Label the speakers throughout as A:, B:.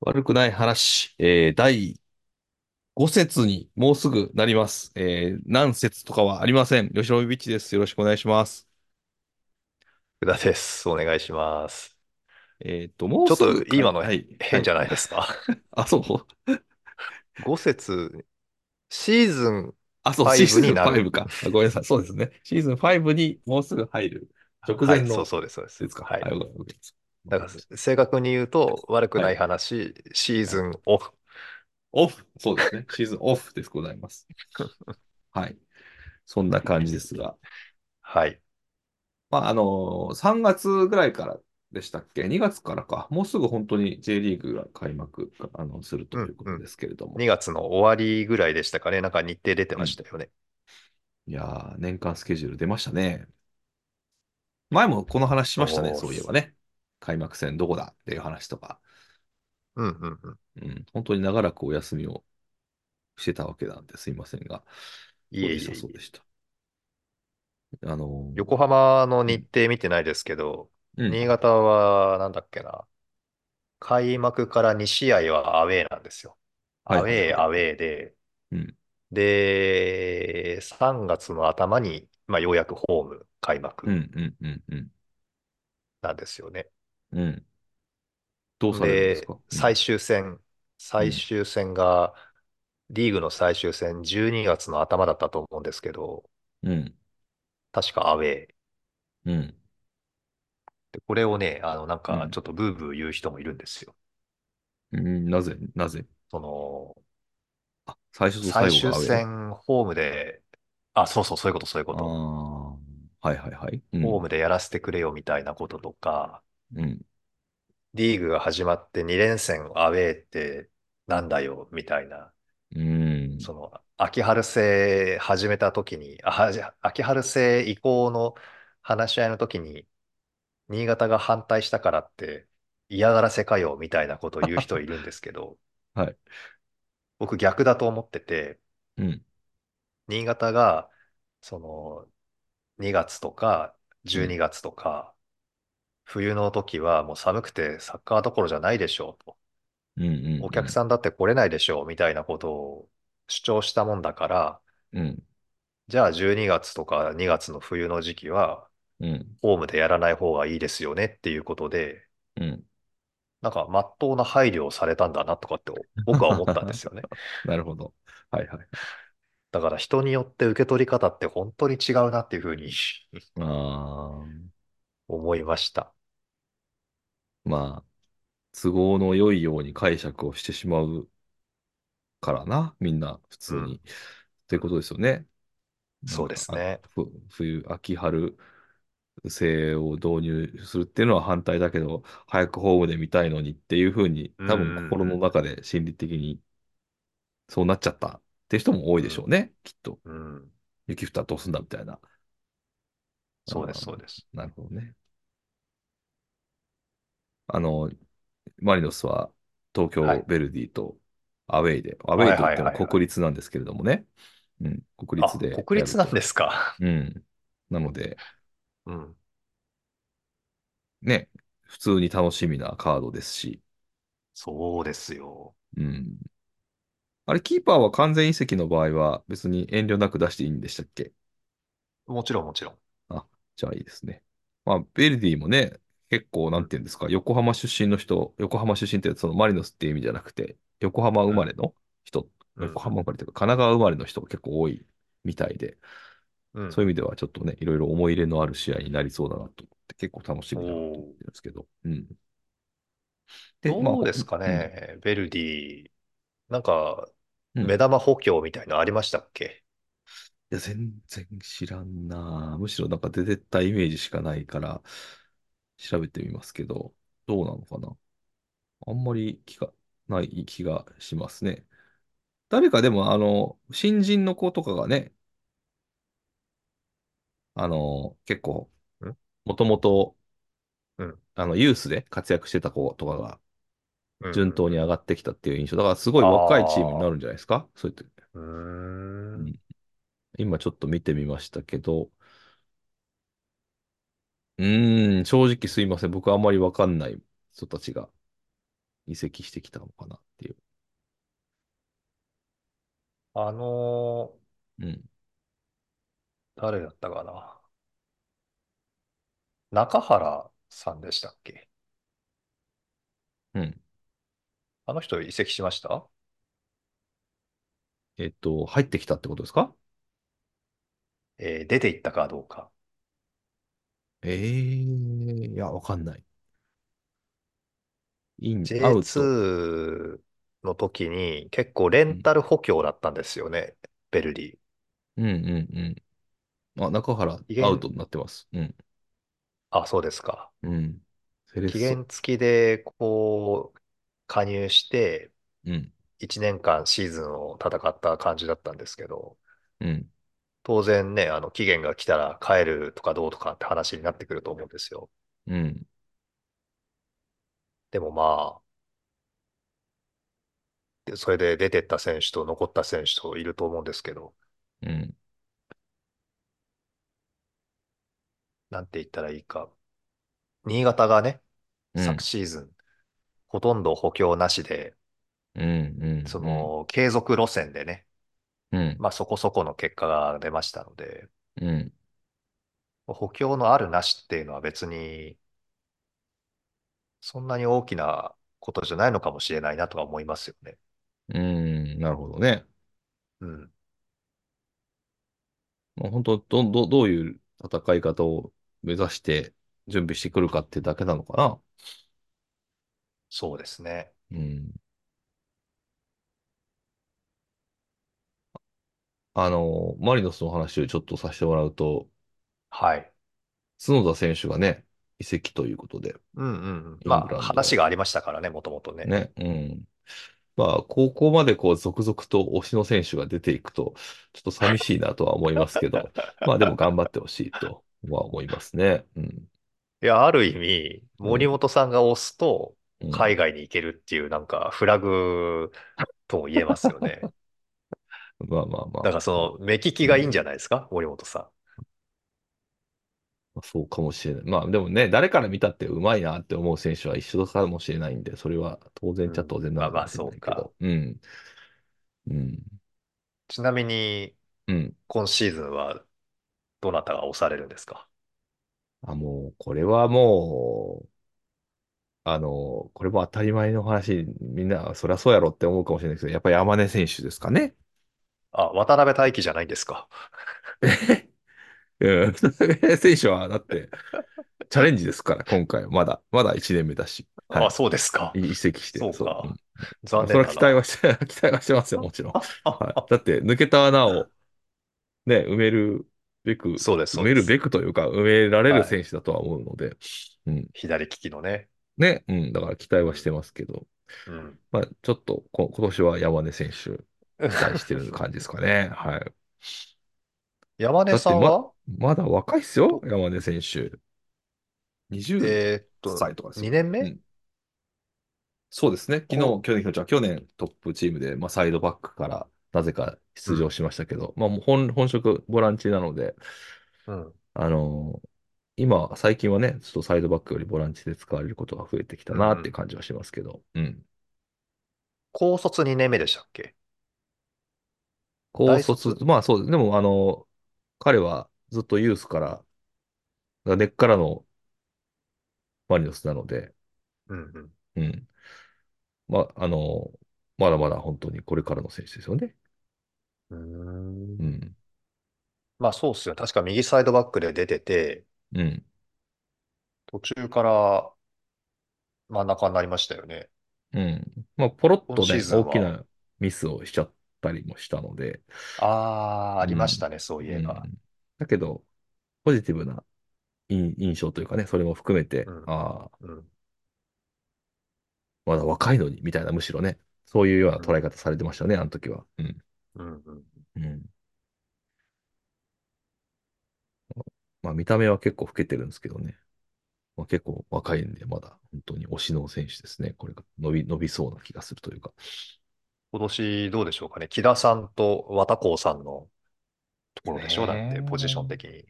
A: 悪くない話。えー第5節にもうすぐなります。えー何節とかはありません。吉尾ビッチです。よろしくお願いします。
B: 福田です。お願いします。
A: えっと、もう
B: ちょっ
A: す
B: と
A: ぐか
B: 今
A: ら、
B: の
A: はい、は
B: 変じ
A: い。
B: ゃないですか。
A: あ、そう。
B: 5節、シーズン
A: あ、そう、シー
B: 5
A: ズ
B: に
A: ン
B: なる。
A: 5か。あごめんなさい。そうですね。シーズン5にもうすぐ入る直
B: は
A: 前
B: い、そう
A: の
B: そうです、そうで。
A: ですすか。
B: は
A: はい、
B: い。
A: わかりました。わか
B: だか
A: りました。
B: ら、正確に言うと、悪く
A: は
B: ない
A: い。
B: 話、シー
A: は
B: ズ
A: い。
B: ンオフ。
A: オフ。そうですね。シーズンオフです。ございます。はい。そんな感じですが。
B: はい。
A: まあ、あの、3月ぐらいからでしたっけ ?2 月からか。もうすぐ本当に J リーグが開幕、あの、すると
B: う
A: い
B: ん、
A: うこ
B: う
A: と
B: ん。
A: ですけれども。
B: 2月の終わりぐらいでしたかね。なんか日程出て
A: う
B: ま
A: ん。
B: したよね。
A: いやー、年間スケジュール出ましたね。前もこの話しましたね。
B: そうっ
A: そういえば
B: す。
A: ね。開幕戦どこだっていう話とか。
B: うん、うん、うん。
A: うん。本当に長らくお休みをしてたわけなんですいませんが。
B: い
A: そう
B: え
A: で
B: い
A: し
B: え
A: た、
B: い
A: そうで
B: え。
A: した。あの
B: 横浜の
A: ー、う
B: 日
A: ん。
B: 程見てないですけど、
A: うん。
B: 新潟は、なんだっけな。開幕から2試合はアウェーなんですよ。
A: はい
B: アウ
A: はい
B: ェー、
A: は
B: ア
A: い。
B: ウェーで、
A: うん。
B: で、3月の頭に、まあ、ようやくホーム開
A: うん
B: 幕
A: うんうんうん。
B: なんですよね。
A: うん。どうされるんです
B: で、
A: かうん。
B: 最終戦、
A: う
B: 最
A: ん。
B: 終戦が、リーグの最終戦、12月の頭だったと思うんですけど、
A: うん。
B: 確かアウェー。
A: うん。
B: で、これをね、あの、なん
A: う
B: か、ち
A: ん。
B: ょっとブーブー言う人もいるんですよ。
A: うんなぜ、なぜ。
B: その、
A: あ、最初と
B: 最
A: 最後
B: 終
A: がアウェー。
B: 戦、ホームで、あ、そうそう、そういうこと、そういうこ
A: あ
B: と。
A: あ、はいはいはい。う
B: ホー
A: ん、
B: ムでやらせてくれよみたいなこととか、
A: うん、
B: リーグが始まって2連戦アウェーってなんだよみたいな、
A: うん、
B: その秋春制始めた時に、あ、はじ秋春制移行の話し合いの時に、新潟が反対したからって嫌がらせかよみたいなことを言う人いるんですけ ど、
A: はい。
B: 僕逆だと思ってて、
A: うん、
B: 新潟がその2月とか
A: う
B: 12
A: ん、
B: 月とか冬の時はもう寒くてサッカーどころじゃないでしょうと。
A: うん、う
B: お客
A: ん、
B: さんだって来れないでしょうみたいなことを主張したもんだから、
A: うん、
B: じゃあ12月とか2月の冬の時期は
A: うん、
B: ホームでやらない方がいいですよねっていうことで、
A: うん。
B: なんか真っ当な配慮をされたんだなとかって僕は思ったんで すよね。
A: なるほど。はいはい。
B: だから人によって受け取り方って本当に違うなっていうふうに
A: ああ、
B: 思いました。
A: まあ、都合の良いように解釈をしてしまうからな、みんな、普
B: う
A: 通に。
B: ん、
A: っていうことですよね。な
B: そ
A: ん
B: うで
A: か、
B: す
A: あ、
B: ね。
A: ふ冬、秋、春制を導入するっていうのは反対だけど、早くホームで見たいのにっていうふうに、
B: う
A: 多分
B: ん
A: 心
B: う
A: の
B: ん
A: 中で心理的にそうなっちゃったって人も多いうでしょうんね、きっと。
B: うん、うん、
A: 雪降ったらどうすんだみたいな。あ
B: そうです、そう
A: ー
B: です。
A: なるほどね。あの、マリノスは東京
B: はい。
A: ヴェルディとアウェイで、アウェ
B: は
A: イ
B: い
A: といっ
B: はい
A: ても
B: はいは
A: 国
B: い。
A: 立なんですけれどもね。うん、国立
B: あ、
A: で
B: 国
A: やる
B: 立なん
A: と。
B: ですか。
A: うん。なので、
B: うん、
A: ね、普通に楽しみなカードですし、
B: そうですよ。
A: うん。あれ、キーパーは完全移籍の場合は別に遠慮なく出していいんでしたっけ
B: もちろん、もちろん。
A: あ、じゃあいいですね。まあ、ヴェルディもね、結構、な
B: うんん、
A: ていうんですか、横浜出身の人、横浜出身ってそのマリノスっていう意味じゃなくて、横浜生
B: う
A: ま
B: ん、
A: れの人、横
B: うん、うん、
A: 浜生まれというか、神奈川生まれの人が結構多いみたいで、
B: う。
A: そうんいう意味ではちょっとね、いろいろ思い入れのある試合になりそうだなと思って、結構楽しみだなと思
B: お
A: っ
B: ー
A: てるんですけど。うん。で、まあ、
B: どう
A: ほ
B: ですか
A: うん、
B: ね、ヴェルディ。なんか、
A: うん。
B: 目玉補強みたいのありましたっけ
A: いや、全然知らんなあ。むしろなんか出てったイメージしかないから、調べてみますけど、どうなのかな。あんまり気がない気がしますね。誰かでも、あの、新人の子とかがね、あの、結構、
B: うん
A: もともと、
B: うん、
A: あの、ユースで活躍してた子とかが、
B: うん、
A: 順
B: うん、
A: 当に
B: うん。
A: 上がってきたっていう印象。だから、すごい若いチームにな
B: あ
A: るんじゃないですかそうやって、
B: ー、う
A: う
B: ーん。
A: ん今ちょっと見てみましたけど、うーん、正直すいません。僕あんまりわかんない人たちが。移籍してきたのかなっていう。
B: あの
A: うん。
B: ー誰だったかな。中原さんでしたっけ
A: うん。
B: あの人移籍しました
A: えっと、入ってきたってことですか
B: えー出ていったかどうか。
A: ええいや、わかんない。イン、アウト。
B: J2 の時に結構レ
A: う
B: ン
A: ん、
B: タル補強だったんですよね、ベルリー。
A: うん、うんうん。あ、中原、
B: 期
A: アウト
B: 限、
A: になってます。うん。
B: あ、そうですか。
A: うん。セレッソ。
B: 期限付きで、こう、加入して、
A: うん、
B: 1年間シーズンを戦った感じだったんですけど、
A: うん。
B: 当然ね、あの、期限が来たら帰るとかどうとかって話になってくると思うんですよ。
A: うん。
B: でもまあ、でそれで出てった選手と残った選手といると思うんですけど、
A: うん。
B: なんて言ったらいいか。新潟がね、
A: う
B: 昨
A: ん。
B: シーズン、ほとんど補強なしで、
A: うん。
B: そ
A: うん。
B: の継続路線でね、
A: うん。
B: まあそこそこの結果が出ましたので、
A: うん。
B: 補強のあるなしっていうのは別にそんなに大きなことじゃないのかもしれないなとは思いますよね。
A: うん。なるほどね。
B: うん。
A: まあ、本当どん、ど、どういう戦い方を目指して準備してくるかってだけなのかな。
B: そうですね。
A: うん。あの、マリノスの話をちょっとさせてもらうと、
B: はい。
A: 角田選手がね、移籍ということで、
B: うんうんうん。
A: イング
B: まあ
A: ランド
B: 話
A: へ。
B: がありましたからね、もともとね。
A: ね、うん。まあ、高校までこう、続々と推しの選手が出ていくと、ちょっと寂しいなとは思いますけど、まあでも頑張ってほしいとは思いますね。うん。
B: いや、ある意味、
A: う
B: 森
A: ん。
B: 本さんが押すと
A: うん。
B: 海外に行けるっていうなんかフラグとも言えますよね。
A: まあまあま
B: だから
A: あ、
B: その目利き
A: う
B: がいいん
A: ん。
B: じゃないですか、森本さ
A: まあそうかもしれない。まあでもね、誰から見たってうまいなって思う選手は一緒かもしれないんで、それは当
B: ん。
A: 然
B: う
A: っちゃ
B: ん。
A: 当然な
B: ま
A: の
B: あ
A: か
B: ま
A: も
B: あ、
A: しれ
B: そ
A: な
B: う
A: いけ
B: か。
A: ど。うん。うん。
B: ちなみに、
A: うん。
B: 今シーズンはどなたが押されるんですか
A: あ、もう、これはもう、あの、これも当たり前の話、みんな、そりゃそうやろって思うかもしれないですけど、やっぱり山根選手ですかね。
B: あ、渡辺大輝じゃないんですか。
A: うん。選手は、だって、チャレンジですから、今回はまだ、まだ1年目だし、は
B: あ、
A: い。
B: そうですか。
A: い移籍して、
B: そう
A: そう。う
B: か。
A: んま
B: 残
A: あ、それ
B: 念
A: は
B: だ
A: 期待
B: な。
A: はして、 期待はしてますよ、もちろん。はい。だって、抜けた穴をね、埋めるべく、
B: そうです、
A: 埋
B: そう
A: め
B: で
A: る
B: す。
A: べくというか、埋められる
B: はい。
A: 選手だとは思うので、うん。
B: 左利きのね。
A: ね、うん。だから期待
B: う
A: はして
B: ん。
A: ますけど、
B: うん。
A: まあ、ちょっとこ、今年は山根選手、期待してる感じですか ね。はい。
B: 山根
A: だっ
B: さ
A: て、
B: ん
A: ま、
B: は、
A: まだ若いっすよ、
B: ど、
A: 山根選手。20
B: えーっと、
A: 歳とかですよ。
B: 2年
A: う
B: 目
A: ん。そうですね。昨日、
B: こ
A: 去年、去年、去年トップチームで、まあ、サイドバックからなぜか
B: う、
A: 出
B: う
A: 場
B: ん、
A: しましたけど、まあ、もう本、本職ボランチなので、
B: うん、
A: あのー今、最近はね、ちょっとサイドバックよりボランチで使われることが増えてきた
B: う、
A: なん
B: う。
A: っていうん感じはしますけど、うん。
B: 高卒2年目でしたっけ
A: 高
B: 大
A: 卒、
B: 卒
A: まあそうです。でも、あのー彼はずっとユースから、根っからのマリノスなので、
B: うん、うん。
A: うん。まあ、あの、まだまだ本当にこれからの選手ですよね。
B: うー
A: うんん。
B: まあそうっすよ。確か右サイドバックで出てて、
A: うん。
B: 途中から真ん中になりましたよね。
A: うん。まあ、ポロッ
B: 今
A: と
B: シー
A: ね、
B: ズン
A: 大き
B: は、
A: なミスをしちゃったりもしたので、
B: ああ、
A: う
B: ありまし
A: ん。
B: たね、そういうえば。
A: ん。だけど、ポジティブな印印象というかね、それも含めて、
B: うん、
A: ああ、
B: うん、
A: まだ若いのに、みたいな、むしろね、そういうような
B: う
A: 捉え
B: ん、
A: 方されてましたね、あの時は。うん。
B: うん、うん。
A: うん。まあ、見た目は結構老けてるんですけどね。まあ、結構若いんで、まだ本当に推しの選手ですね。これが伸び、伸びそうな気がするというか。
B: 今年どうでしょうかね。木田さんと綿子さんのところでしょうだって、ポジション
A: ねえ。
B: 的に。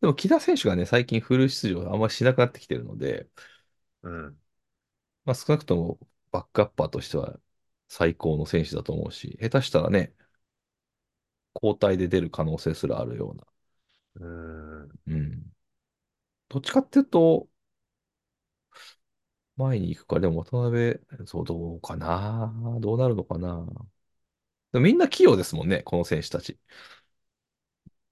A: でも、木田選手がね、最近フル出場あんまりしなくなってきてるので、
B: うん。
A: まあ、少なくともバックアッパーとしては最高の選手だと思うし、下手したらね、交代で出る可能性すらあるような。
B: うーん。
A: うん。どっちかっていうと、前に行くか、でも渡辺、そう、どうかな。どうなるのかな。でもみんな器用ですもんね、この選手たち。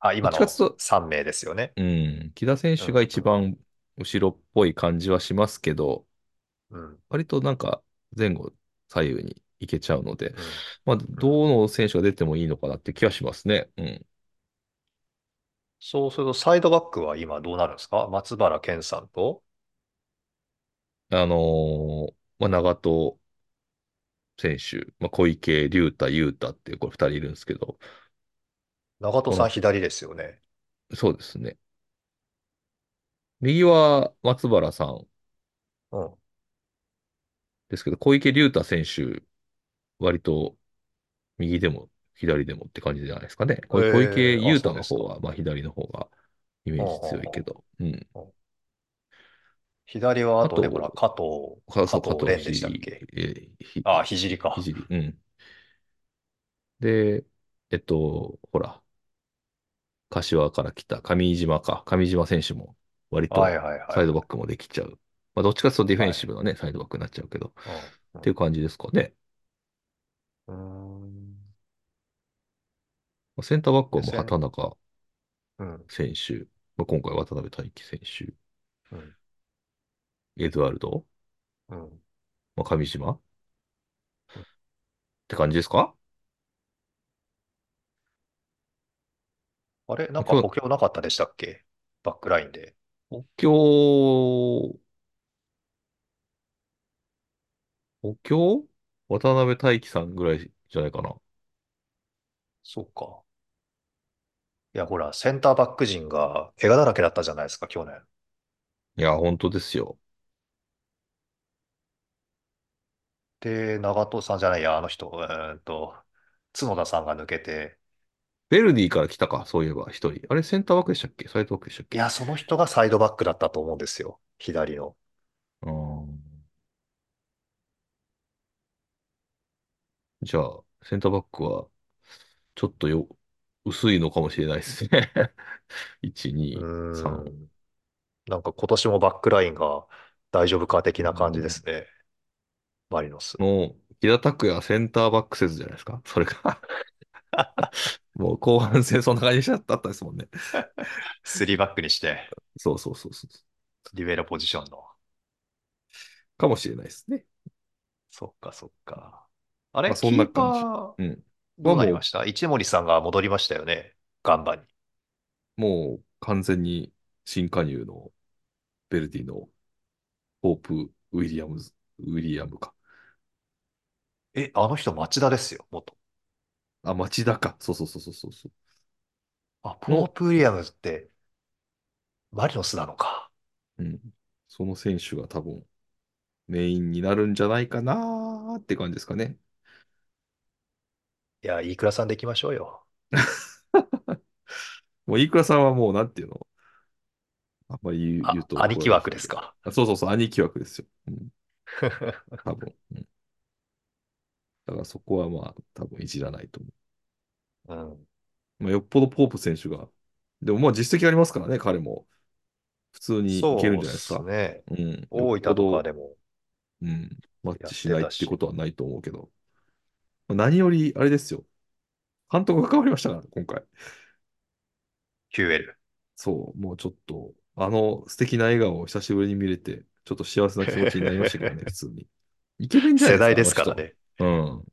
B: あ、
A: どっ
B: 今
A: ちかってい
B: の
A: うと、
B: 3名ですよね。
A: うん、木田選
B: う
A: 手が
B: ん、
A: 一
B: うん、
A: 番後ろっぽい感じはしますけど、
B: うん、
A: 割となんか前後左右に行けちゃうので、
B: うん、
A: まあ、
B: うん。
A: どの選手が出てもいいのかなって気はしますね。うん。
B: そうすると、サイドバックは今どうなるんですか松原健さんと、
A: あのーまあ、長友選手、まあ、小池、龍太、雄太っていうこれ二人いるんですけど、
B: 長戸
A: こ
B: さ
A: の
B: ん左ですよね。
A: ふ、そうですね。右は松原さん
B: うん。
A: ですけど、小池龍太選手、割と右でも左でもって感じじゃないですかね。小小池
B: ええあ、
A: 雄
B: そ
A: 太
B: うで
A: の
B: す
A: 方
B: か。
A: は、まあ、左の方がイメ
B: う
A: ー
B: ん、う
A: ジ強いけ
B: ん、
A: ど。うん。
B: うん。うん左は、あ
A: あ
B: とね、ほら、
A: と、
B: 加藤、
A: か、そ
B: 加
A: う、加
B: 藤
A: 藤
B: 蓮でしたっ
A: ひ、
B: け
A: えー、ひ、
B: あ、ひじり
A: ひ
B: か。
A: じり、うん。で、えっと、ほら、柏から来た上島か。上島選手も割
B: はい
A: と
B: はいはい
A: サイドバッ
B: は
A: クもできちゃう。まあ、どっちかというとディ
B: い。
A: フェ
B: は
A: ンシ
B: い。
A: ブのね、サイドバックになっちゃうけど。っ
B: うん、う
A: ていう感じですかね。
B: ん。うーん。
A: まあセンターバックはも
B: で、
A: う
B: せ
A: 畑
B: ん、
A: 中
B: うん、
A: 選手、まあ、今回渡辺大輝選手、
B: うん、
A: エドワルド、
B: うん。
A: まあ、上島って感じですか
B: あれ
A: ま
B: なん
A: あ
B: か
A: 今日、
B: 補強なかったでしたっけバックラインで。
A: 補強、補強渡辺大輝さんぐらいじゃないかな。
B: そうか。いや、ほら、センターバック陣が怪我だらけだったじゃないですか、去年。
A: いや、本当ですよ。
B: で、長戸さんじゃないや、あの人、うーんと、角田さんが抜けて、
A: ベルディから来たか、そういえば、一人。あれ、センターバックでしたっけサイドバックでしたっ
B: い
A: け
B: や、その人がサイドバックだったと思うんですよ、左の。
A: うーん。じゃあ、センターバックは、ちょっとよ、薄いのかもしれないですね。1、
B: う
A: 2、
B: ー
A: 3。
B: ん。なんか今年もバックラインが大丈夫か的
A: う
B: な感じで
A: ん
B: すね、マリノス。
A: もう、木田拓也センターバックせずじゃないですか。それ がもう後半戦そんな感じしちゃったったですもんね。
B: スリーバックにして、
A: そうそうそうそう。
B: ディベロポジションの。
A: かもしれないですね。
B: そっか、そっか。あ
A: まあ、
B: れ、
A: そん
B: キ
A: な
B: ー
A: 感じ。
B: パー、
A: うん。
B: ど
A: は
B: うなりま
A: も
B: した一森さんが戻りましたよね、ガンバに。
A: う、もう完全に新加入のベルディのホープ・ウィリアムズ、ウィリアムか。
B: え、あの人、町田ですよ、元。
A: あ、町田か。そうそうそうそうそうそ
B: あ、
A: う。
B: ポー
A: の、
B: プ・ウィリアムズってマリノスなのか。
A: うん。その選手が多分メインになるんじゃないかなーって感じですかね。
B: いや、飯倉さんで行きましょうよ。
A: もう飯倉さんはもうなんていうのあんまり言う、言う
B: あ、
A: と
B: 兄
A: 怒られます
B: 貴枠で
A: け
B: す
A: ど。
B: か。
A: あ、そうそうそう、兄貴枠ですよ。うん。多分。うん。だからそこはまあ、多分いじらないと思
B: うん。
A: う。まあ、よっぽどポープ選手が。でもまあ実績ありますからね、彼も。普通 にいけるんじゃない
B: そうっ
A: です
B: す
A: か。
B: ね。
A: うん。よっ
B: 大
A: ぽ
B: 分とか
A: ど、
B: でも
A: うん、マッ
B: や
A: チ
B: っ
A: してないったて
B: し。
A: ことはないと思うけど。まあ何より、あれですよ。監督が変わりましたから、今回。
B: QL。
A: そう、もうちょっと、あの素敵な笑顔を久しぶりに見れて、ちょっと幸せな気持ちになりましたけど ね、普通に。イケメンじゃない
B: 世
A: です
B: 代
A: か、あ
B: で
A: の
B: すから
A: 人。
B: ね。
A: うん、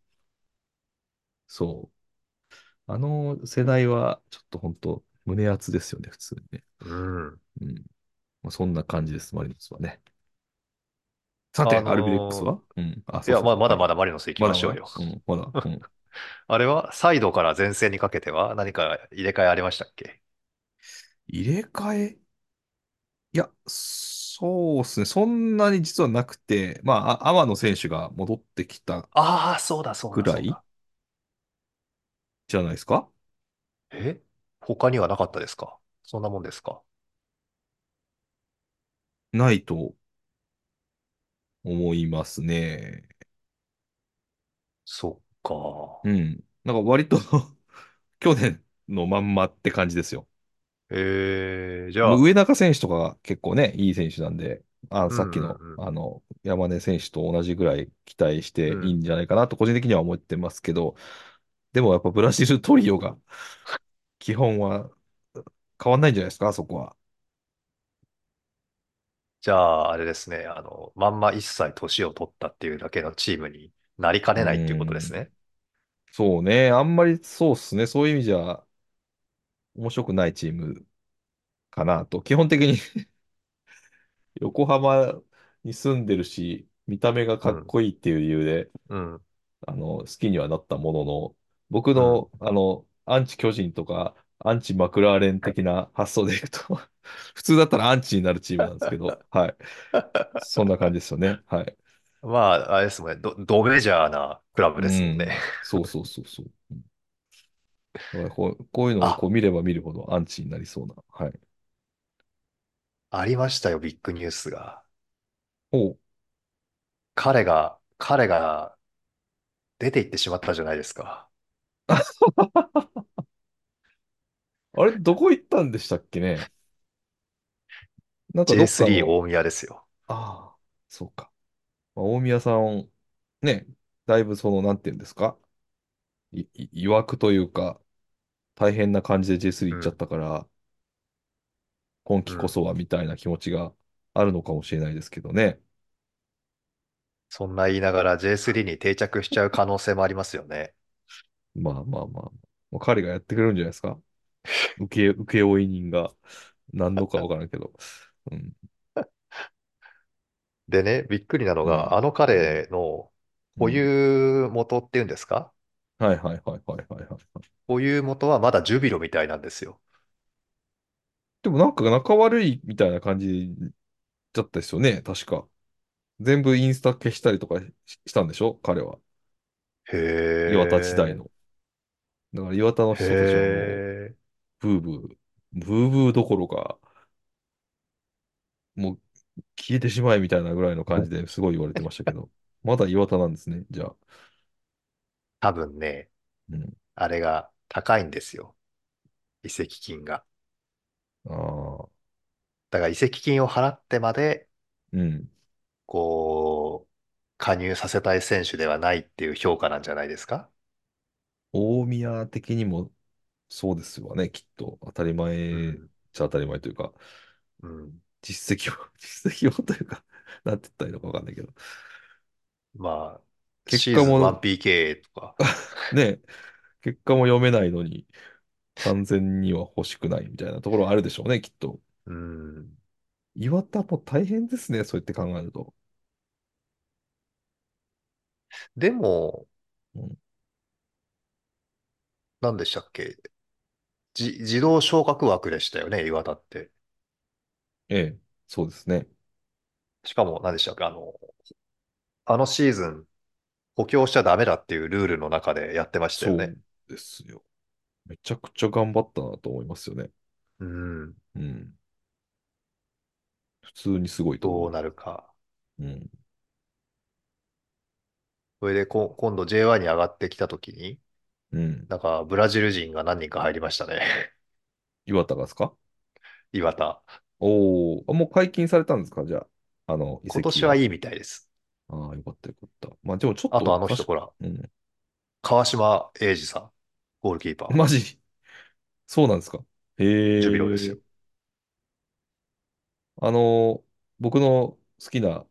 A: そう。あの世代は、ちょっと本当胸熱ですよね、普通にね。
B: うん。
A: うん。まあ、そんな感じです、マリノスはね。さ
B: あ
A: て、アルビレックス
B: の
A: はうん。あ、
B: ーい
A: そう
B: や、
A: そう
B: ま
A: そ
B: あ、
A: う。
B: ま
A: は
B: だ
A: い。
B: まだマリノス行き
A: ま
B: ま
A: だ
B: し
A: ま
B: ょう
A: だ
B: よ。
A: うん、まだ。うん。
B: あれはサイドから前線にかけては何か入れ替えありましたっけ
A: 入れ替えいや、そうですね。そんなに実はなくて、まあ、あ天野選手が戻ってきた
B: ああー、そうだ、そう
A: ぐ
B: だ、
A: ら
B: そう
A: い
B: だ。
A: じゃないですか
B: え他にはなかったですかそんなもんですか
A: ないと思いますね。
B: そっか。
A: うん。なんか割と 去年のまんまって感じですよ。
B: えー、じゃ
A: もう
B: あ、
A: 植中選手とかが結構ね、いい選手なんで、あ、
B: う
A: さっき
B: ん
A: の、
B: うん
A: あの、山根選手と同じぐらい期待し
B: う
A: て
B: ん。う
A: いい
B: ん。
A: んじゃないかなと個人的には思ってますけど、でもやっぱブラジルトリオが 基本は変わんないんじゃないですか、そこは。
B: じゃあ、あれですね。あの、まんま一切年を取ったっていうだけのチームになりか
A: う
B: ねないっていうことです
A: ん。
B: ね。
A: そうね。あんまりそうっすね。そういう意味じゃ面白くないチームかなと。基本的に 横浜に住んでるし、見た目が
B: う
A: かっ
B: ん、
A: こいいっていう理由で、
B: うん、
A: あの、好きにはなったものの、僕
B: うん。
A: の、あの、アンチ巨人とか、アンチマクラーレン的な発想でいくと 普通だったらアンチになるチームなんですけど、はい。そんな感じですよね。はい。
B: まあ、あれですもんね。ド、ドメジャーなクラブ
A: う
B: ですもんね。
A: ん。そうそうそうそう。うんだからこう、こういうのを
B: あ、
A: こう見れば見るほどアンチになりそうな。はい。
B: ありましたよ、ビッグニュースが。
A: おう、
B: 彼が、彼が出て行ってしまったじゃないですか。
A: あれ、どこ行ったんでしたっけねなんかどっか
B: J3
A: の、
B: 大宮ですよ。
A: ああ、そうか。まあ、大宮さん、ね、だいぶその、なんていうんですか、い、い、曰くというか、大変な感じで J3
B: う
A: 行っちゃっ
B: ん、
A: たから、今
B: う
A: 季こ
B: ん。
A: そはみたいな気持ちがあるのかもしれないですけどね。
B: そんな言いながら J3 に定着しちゃう可能性もありますよね。
A: まあまあまあ、まあ、彼がやってくれるんじゃないです か。請け、請負人が何度かわからんけど。うん、
B: でね、びっくりなの
A: うん、
B: が、あの彼の
A: う
B: 保
A: ん。
B: 有元っていうんですか
A: はいはいはいはいはいはい。
B: 保有元はまだジュビロみたいなんですよ。
A: でもなんか仲悪いみたいな感じだったですよね、確か。全部インスタ消したりとかししたんでしょ彼は。
B: へ
A: 岩田時代
B: え、
A: の。だから岩田の人たちはも
B: へえ、
A: う、ブーブー、ブーブーどころか、もう消えてしまえみたいなぐらいの感じですごい言われてましたけど。まだ岩田なんですね、じゃあ。
B: 多分ね、
A: うん。
B: あれが高いんですよ。移籍金が。
A: ああ、
B: だから移籍金を払ってまで、
A: うん。
B: こう、加入させたい選手ではないっていう評価なんじゃないですか
A: 大宮的にもそうですよね、きっと。当たり
B: う
A: 前じ
B: ん、
A: ゃ当たり前というか、
B: うん。
A: 実績を、 実績をというか、なんて言ったらいいのかわかんないけど。
B: まあ、
A: 結
B: シー
A: 果
B: ズン
A: も、
B: 1PK とか、
A: ね、結果も読めないのに、完全には欲しくないみたいなところはあるでしょうね、きっと。
B: うん。
A: 岩田も大変ですね、そうやって考えると。
B: でも、
A: うん、
B: 何でしたっけじ、自動昇格枠でしたよね、岩田って。
A: ええ、そうですね。
B: しかも、何でしたっけあの、あのシーズン、補強しちゃダメだっていうルールの中でやってましたよ
A: そ
B: ね。
A: うですよ。めちゃくちゃ頑張ったなと思いますよね。
B: うん。
A: うん。普通にすごいと思い
B: どう
A: ま
B: な
A: す。
B: るか。
A: うん。
B: それでこ、今度 J1 に上がってきたときに、
A: うん。
B: なんか、ブラジル人が何人か入りましたね。
A: 岩田がですか
B: 岩田。
A: おおー、あもう解禁されたんですかじゃあ、あの、遺
B: 今
A: 跡
B: 年は
A: は。
B: いいみたいです。
A: ああ、よかったよかった。まあ、でもちょっ
B: あと、
A: と、
B: あの人、
A: 確か、
B: ほら、
A: うん。
B: 川島永嗣さん、ゴールキーパー、
A: マジ、そうなんですか
B: ジュビロです
A: へえ。
B: よ。
A: あの、僕の好きな、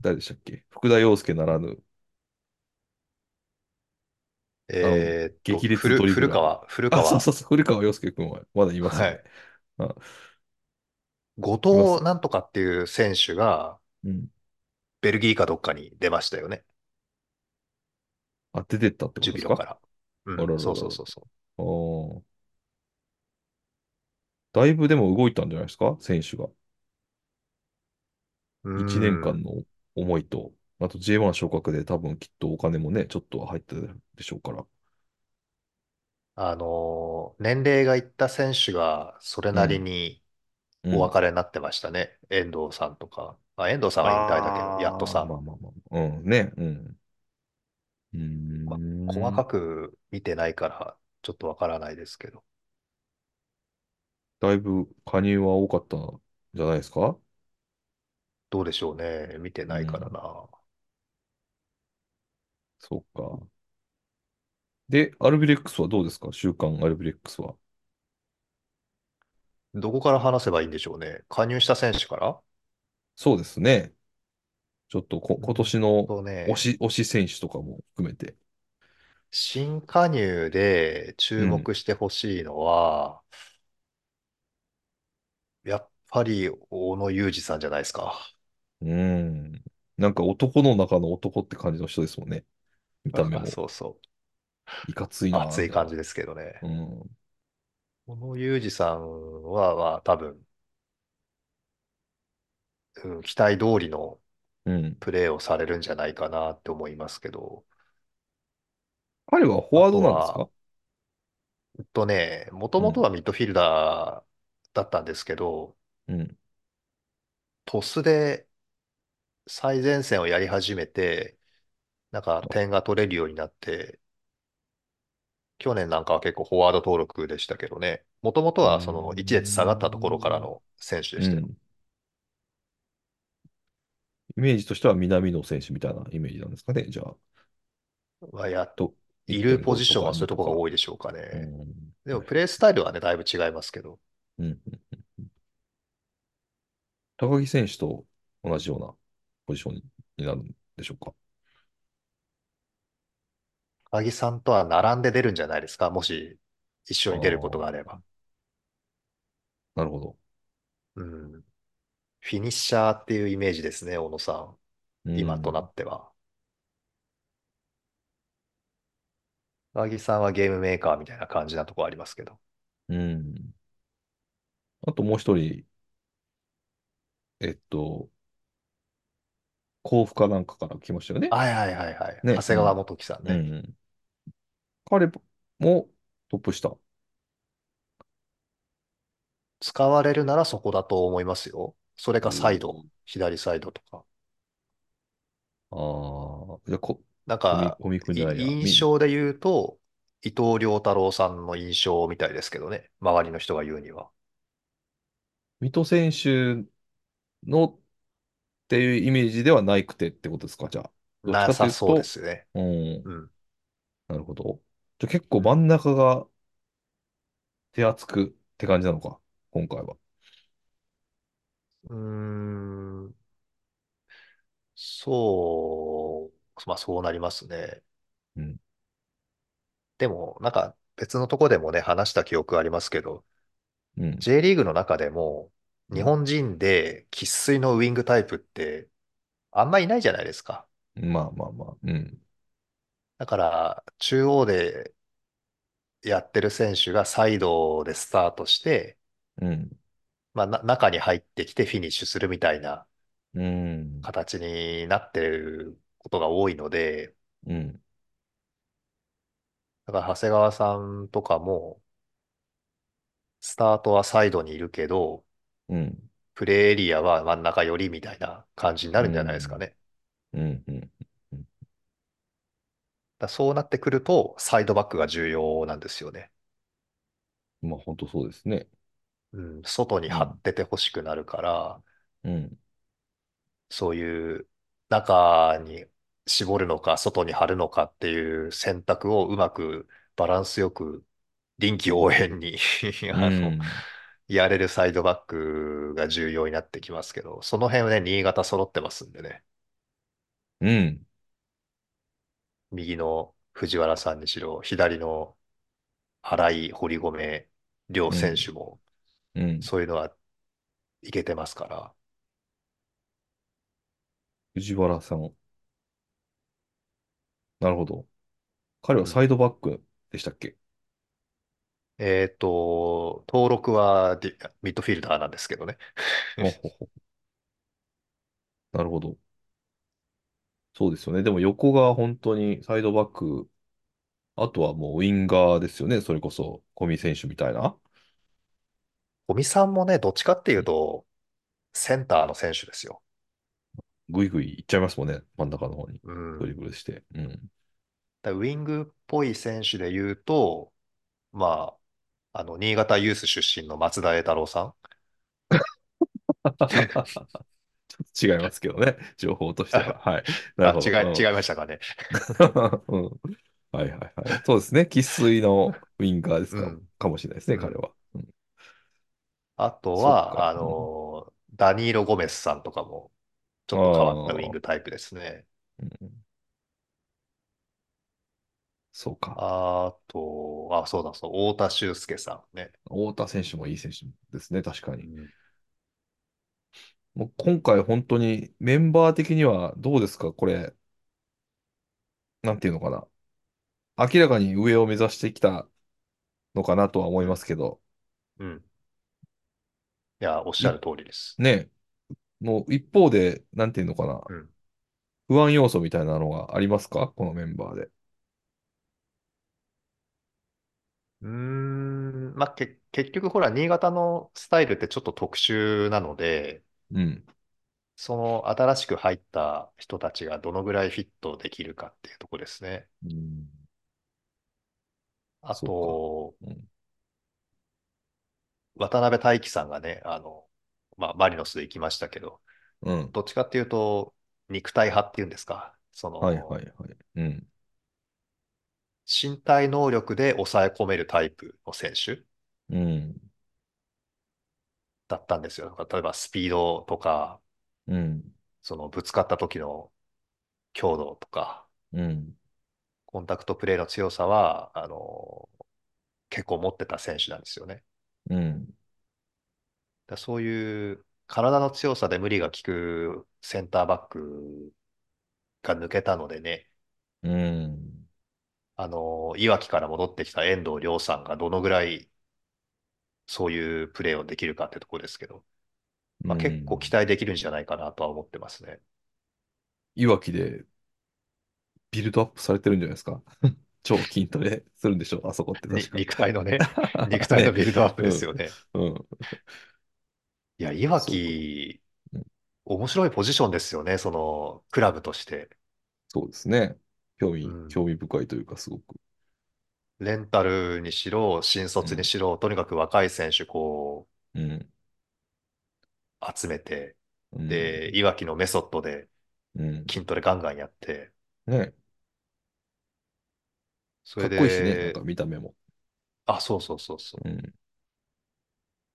A: 誰でしたっけ福田陽介ならぬ、あの、
B: えーっと、
A: 激烈
B: 古、
A: ドリブ
B: 古
A: ラー。
B: 川、古
A: あ、そう
B: 川、
A: そうそう、古川陽介君はまだいます
B: は
A: よね。
B: い。
A: あ、いま
B: 後
A: す。
B: 藤なんとかっていう選手が、
A: うん。
B: ベルギーかどっかに出ましたよね。
A: あ、出てったってこ
B: ジュ
A: とで
B: ビ
A: す
B: ロか。
A: から
B: う
A: あ
B: ん、
A: ららら
B: そう
A: ら。
B: そうそうそう。
A: あーだいぶでも動いたんじゃないですか選手が。
B: う
A: 1年
B: ー
A: 間
B: ん、
A: の思いと、あと J1 昇格で多分きっとお金もね、ちょっとは入ってるでしょうから。
B: あのー年齢がいった選手が、それ
A: う
B: なり
A: ん。
B: に
A: う
B: お
A: ん。
B: 別れになってましたね。遠藤さんとか。あ、遠藤さんは引退だけど、やっと
A: ああ、
B: さん。
A: まあまあまあ。うん、ね。うん。うー
B: まあ、細か
A: ん。
B: く見てないから、ちょっとわからないですけど。
A: だいぶ加入は多かったんじゃないですか
B: どうでしょうね。見て
A: う
B: ないから
A: ん。
B: な。
A: そうか。で、アルビレックスはどうですか週刊アルビレックスは。
B: どこから話せばいいんでしょうね。加入した選手から
A: そうですね。ちょっとこ、
B: う
A: 今
B: ん
A: 年の
B: と
A: 推
B: ね、
A: し、推し選手とかも含めて。
B: 新加入で
A: う
B: 注
A: ん。
B: 目してほしいのは、やっぱり小野裕二さんじゃないですか。
A: うん。なんか男の中の男って感じの人ですもんね。見た目
B: あ
A: も。
B: そうそう。
A: いかついなー
B: 熱
A: み
B: い
A: たい
B: 感
A: な。
B: じですけどね。
A: うん。
B: 小野裕二さんは、まあ、多分、うん、期待通りの
A: うん。
B: プレーをされるんじゃないかなって思いますけど、
A: 彼はフォ
B: あ
A: ワード
B: と
A: なんです
B: は、
A: か
B: えっとね、もと
A: う
B: もと
A: ん。
B: はミッドフィルダーだったんですけど、
A: うん。
B: トスで最前線をやり始めて、なんか点が取れるようになって、去年なんかは結構フォワード登録でしたけどね、もともと
A: う
B: はその1列下がったところから
A: ん。
B: の選手で
A: う
B: したよ。
A: ん。イメージとしては南野選手みたいなイメージなんですかね。じゃあ、
B: まあ、や、
A: と、
B: いるポ
A: 1.5
B: ジ
A: と
B: ション
A: か
B: はそうい
A: 2
B: う
A: と
B: ところが
A: か。
B: 多いでしょうか
A: う
B: ね。
A: ん。
B: でも
A: はい
B: プレースタイルはね、だいぶ違いますけど、
A: うん。高木選手と同じようなポジションになるんでしょうか。
B: 高木さんとは並んで出るんじゃないですか、もし一緒
A: あ
B: に出ることがあ
A: あ、
B: れば。
A: なるほど。
B: うん。フィニッシャーっていうイメージですね、小野さん。
A: う。
B: 今となんっては。高木さんはゲームメーカーみたいな感じなとこありますけど。
A: うん。あともう一人、えっと、甲府かなんかから来ましたよね。
B: はいはいはいはい。
A: ね。
B: 長
A: う
B: 谷川
A: ん。
B: 元樹さん
A: う
B: ね。
A: ん。彼もトップ下。
B: 使われるならそこだと思いますよ。それ
A: う
B: かサイド、
A: ん。
B: 左サイドとか。
A: ああ、じゃあ、こ、
B: なん
A: コミ、
B: か、
A: コミ君じゃ
B: い
A: ないや。み、
B: 印象で言うと、伊藤遼太郎さんの印象みたいですけどね。周りの人が言うには。
A: 水戸選手のっていうイメージではないくてってことですか、じゃあ。どっち
B: な
A: かと
B: さ
A: いう
B: そうで
A: と、
B: すね。
A: うん、
B: うん。
A: なるほど。じゃあ結構
B: う
A: 真
B: ん。
A: ん中が手厚くって感じなのか、今回は。
B: うーん。そう、まあそうなりますね。
A: うん。
B: でも、なんか別のとこでもね、話した記憶ありますけど、
A: うん。
B: J リーグの中でも、
A: う
B: 日
A: ん。
B: 本人で生粋のウィングタイプってあんまいないじゃないですか。
A: まあまあまあ。うん。
B: だから、中央でやってる選手がサイドでスタートして、
A: うん。
B: まあ、な中に入ってきてフィニッシュするみたいな
A: うん。
B: 形になってることが多いので、
A: うん。
B: だから長谷川さんとかも、スタートはサイドにいるけど、
A: うん。
B: プレーエリアは真ん中寄りみたいな感じにな
A: う
B: るんじゃないですか
A: ん。
B: ね。
A: うん。うん。
B: だからそうなってくると、サイドバックが重要なんですよね。
A: まあ本当そうですね。
B: うん、外に
A: う
B: 張っ
A: ん。
B: てて欲しくなるから、
A: うん。
B: そういう中に絞るのか、外に張るのかっていう選択をうまくバランスよく臨機応変に
A: う
B: あの、
A: ん。
B: やれるサイドバックが重要になってきますけど、その辺はね、新潟揃ってますんでね。
A: うん。
B: 右の藤原さんにしろ、左の新井、堀米、両
A: う
B: 選
A: ん。
B: 手も、
A: うん。
B: そういうのはいけてますから。
A: 藤原さん。なるほど。彼
B: う
A: は
B: ん。
A: サイドバックでしたっけ
B: えっと、登録はディミッドフィルダーなんですけどね。
A: ほほほ。なるほど。そうですよね。でも横が本当にサイドバック、あとはもうウィンガーですよね。それこそ、小見選手みたいな。
B: 五味さんもね、どっちかっていうと、センターの選手ですよ。
A: ぐいぐい行っちゃいますもんね、真ん中の方に。
B: う
A: ドリ
B: ん。
A: ブルして。うん。
B: だウィングっぽい選手で言うと、まあ、あの、新潟ユース出身の松田栄太郎さん。
A: ちょっと違いますけどね、情報として は。はい。なるほ
B: あ、違い、違
A: ど。
B: いましたかね。
A: うんうんはいはいはい。そうですね。生粋のウィンガーです
B: う
A: か、
B: ん。
A: かもしれないですね、
B: う
A: 彼
B: ん。
A: は。うん、
B: あと
A: そっ
B: は、
A: か。
B: あ
A: うん、
B: の、ダニーロ・ゴメスさんとかも、ちょっと変わったウィン
A: ああ、
B: グタイプですね。
A: うんそうか。
B: あと、あ、そうだ、そう、太田修介さんね。
A: 太田選手もいい選手ですね、確か
B: う
A: に。
B: ん
A: もう今回本当にメンバー的にはどうですか、これ、なんていうのかな。明らかに上を目指してきたのかなとは思
B: う
A: いま
B: ん。
A: すけど、
B: うん。いや、おっしゃ
A: い、
B: る通りです。
A: ね、もう一方で、なんていうのかな。
B: うん。
A: 不安要素みたいなのがありますかこのメンバーで。
B: うーん。まあ、け、結局、ほら、新潟のスタイルってちょっと特殊なので、
A: うん。
B: その新しく入った人たちがどのぐらいフィットできるかっていうところですね。
A: うん、
B: あ
A: そうか。
B: と、
A: うん。
B: 渡辺大輝さんがね、あの、まあ、マリノスで行きましたけど、
A: うん。
B: どっちかっていうと、肉体派っていうんですか、そ
A: はいはい
B: の、
A: はい。うん。
B: 身体能力で抑え込めるタイプの選手
A: うん。
B: だったんですよ。例えばスピードとか、
A: うん。
B: そのぶつかった時の強度とか、
A: うん。
B: コンタクトプレーの強さは、あの、結構持ってた選手なんですよね。
A: うん。
B: だそういう体の強さで無理が効くセンターバックが抜けたのでね、
A: うん。
B: あの、いわきから戻ってきた遠藤亮さんがどのぐらいそういうプレーをできるかってところですけど、
A: う
B: まあ、結構期
A: ん
B: 待できるんじゃないかなとは思ってますね。
A: いわきでビルドアップされてるんじゃないですか 超筋トレするんでしょあそこって
B: に
A: 確 か。
B: 肉体のね、肉体の
A: ね。
B: ビルドアップ
A: う
B: です
A: ん。
B: よね。
A: うん。
B: いや、いわ
A: そうか。
B: き、
A: うん
B: 面白いポジションですよね、その、クラブとして。
A: そうですね。興
B: う
A: 味、
B: ん。
A: 興味深いというか、すごく。
B: レンタルにしろ、新
A: う
B: 卒に
A: ん。
B: しろ、とにかく若い選手、こ
A: うん。
B: う、集めて、
A: う
B: で、
A: ん。
B: いわきのメソッドで
A: うん。
B: 筋トレガンガンやって、
A: ね。
B: そ
A: か
B: れ
A: っこいいしね。なんか
B: で、
A: 見た目も。
B: あ、そうそうそうそう。
A: うん。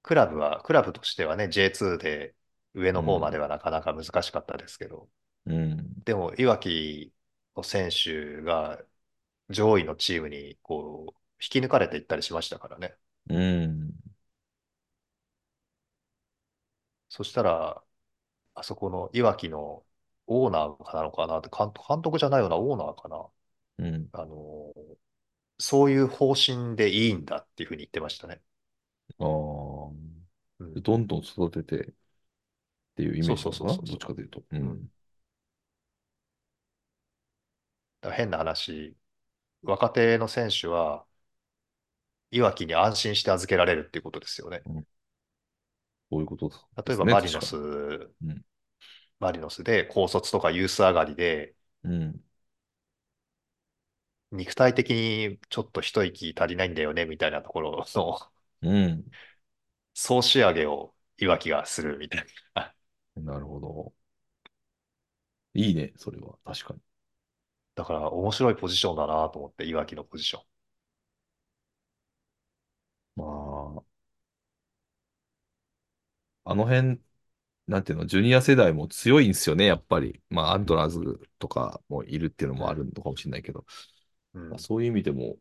B: クラブは、クラブとしてはね、J2 で上
A: う
B: の方まで
A: ん。
B: はなかなか難しかったですけど、
A: うん。
B: でも、いわきの選手が上位のチームに、こう、引き抜かれていったりしましたからね。
A: うん。
B: そしたら、あそこのいわきのオーナーなのかなって、監監督じゃないようなオーナーか
A: うん。
B: な。あのー、そういう方針でいいんだっていうふうに言ってましたね。
A: ああ。
B: う
A: で
B: ん。
A: どんどん育ててっていうイメ
B: そ
A: ー
B: う
A: ジ
B: そ
A: なのかな
B: うそうそ
A: ど
B: う
A: っ
B: そ
A: ちかというと。う
B: う。うん。
A: ん。
B: だから変な話、若手の選手は、いわきに安心して預けられるっていうことですよね。
A: うん。そういうことで
B: 例え
A: す
B: ば
A: ね。
B: マリ
A: 確
B: ノ
A: か
B: ス、
A: に。うん。
B: マリノスで高卒とかユース上がりで、
A: うん。
B: 肉体的にちょっと一息足りないんだよねみたいなところの
A: うん。
B: 総仕上げをいわきがするみたいな。
A: なるほど。いいね。それは。確かに。
B: だから面白いポジションだなと思って、いわきのポジション。
A: まあ、あの辺、なんていうの、ジュニア世代も強いんですよね。やっぱり。まあ、アントラーズとかもいるっていうの
B: う
A: もある
B: ん、
A: のかもしれないけど、
B: う
A: まあ、
B: ん。
A: そういう意味でも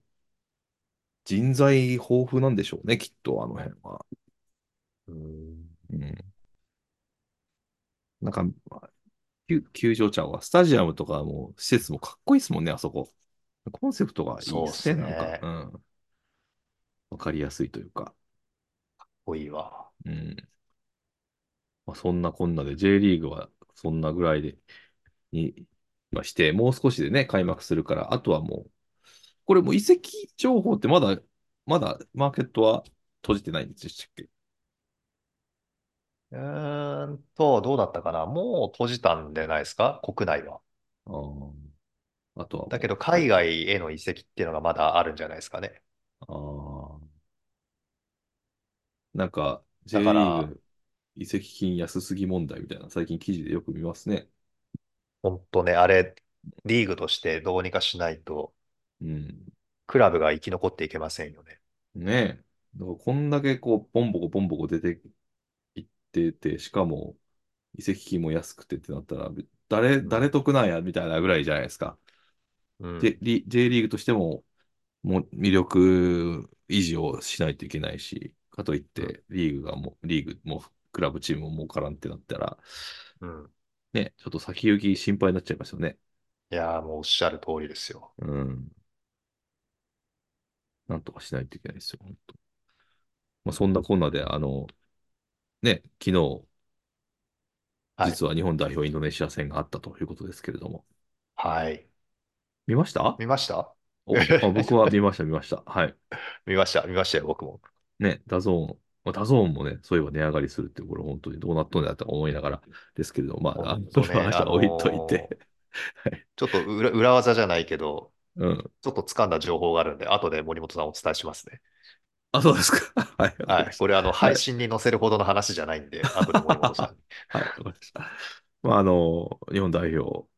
A: 人材豊富なんでしょうね。きっと、あの辺は。
B: うん。
A: うん。なんか、球、球場長は、スタジアムとかも、施設もかっこいいですもんね、あそこ。コンセプトがいいで
B: そうっ
A: す
B: す
A: ね、なんか、う
B: ね。
A: ん。わかりやすいというか。
B: 多いわ。
A: うん。まあ、そんなこんなで、J リーグはそんなぐらいで、に、まあして、もう少しでね、開幕するから、あとはもう、これもう移籍情報ってまだ、まだマーケットは閉じてないんでしたっけ
B: うーんと、どうだったかなもう閉じたんじゃないですか国内は。
A: あーあとは
B: だけ
A: も
B: ど、海外への移籍っていうのがまだあるんじゃないですかね。
A: う、ああ、なんか
B: だ
A: J
B: か
A: リー
B: ら、
A: グ移籍金安すぎ問題みたいな、最近記事でよく見ますね。
B: 本当ね、あれ、リーグとしてどうにかしないと、
A: うん。
B: クラブが生き残っていけませんよね。
A: ねえ。だからこんだけこう、ボンボコボンボコ出ていってて、しかも移籍金も安くてってなったら、誰、
B: う
A: 誰
B: ん。
A: 得なんやみたいなぐらいじゃないですか。
B: う
A: J、
B: ん。
A: リ J リーグとしても、もう魅力維持をしないといけないし、かといっ
B: うん。
A: て、リーグがもう、リーグも、クラブチームも儲からんってなったら、
B: うん。
A: ね、ちょっと先行き心配になっちゃいますよね。
B: いやー、もうおっしゃる通りですよ。
A: うん。なんとかしないといけないですよ、本当。まあ、そんなこんなで、あの、ね、昨日、
B: はい。
A: 実は日本代表インドネシア戦があったということですけれども。
B: はい。
A: 見ました
B: 見ました
A: お、あ、僕は見ました、見ました。 はい。
B: 見ました、見ましたよ、僕も。
A: ね、ダゾーン。まあダゾーンもね、そういえば値上がりするって、これ本当にどうなっとんだと思いながらですけれども、まあ、あ
B: 本
A: のそ
B: 当
A: れは
B: ね、
A: 話
B: あ
A: は置いといて。
B: のー
A: はい
B: ちょっと裏、裏技じゃないけど、
A: うん。
B: ちょっと掴んだ情報があるんで、後で森本さんお伝えしますね。
A: あ、そうですか。 はい、わか
B: は
A: りま
B: い。
A: し
B: これ、あ
A: た。
B: の、
A: は
B: 配
A: い。
B: 信に載せるほどの話じゃないんで、後で森本さんに。
A: はい、わかりました。まあ、あの、日本代表、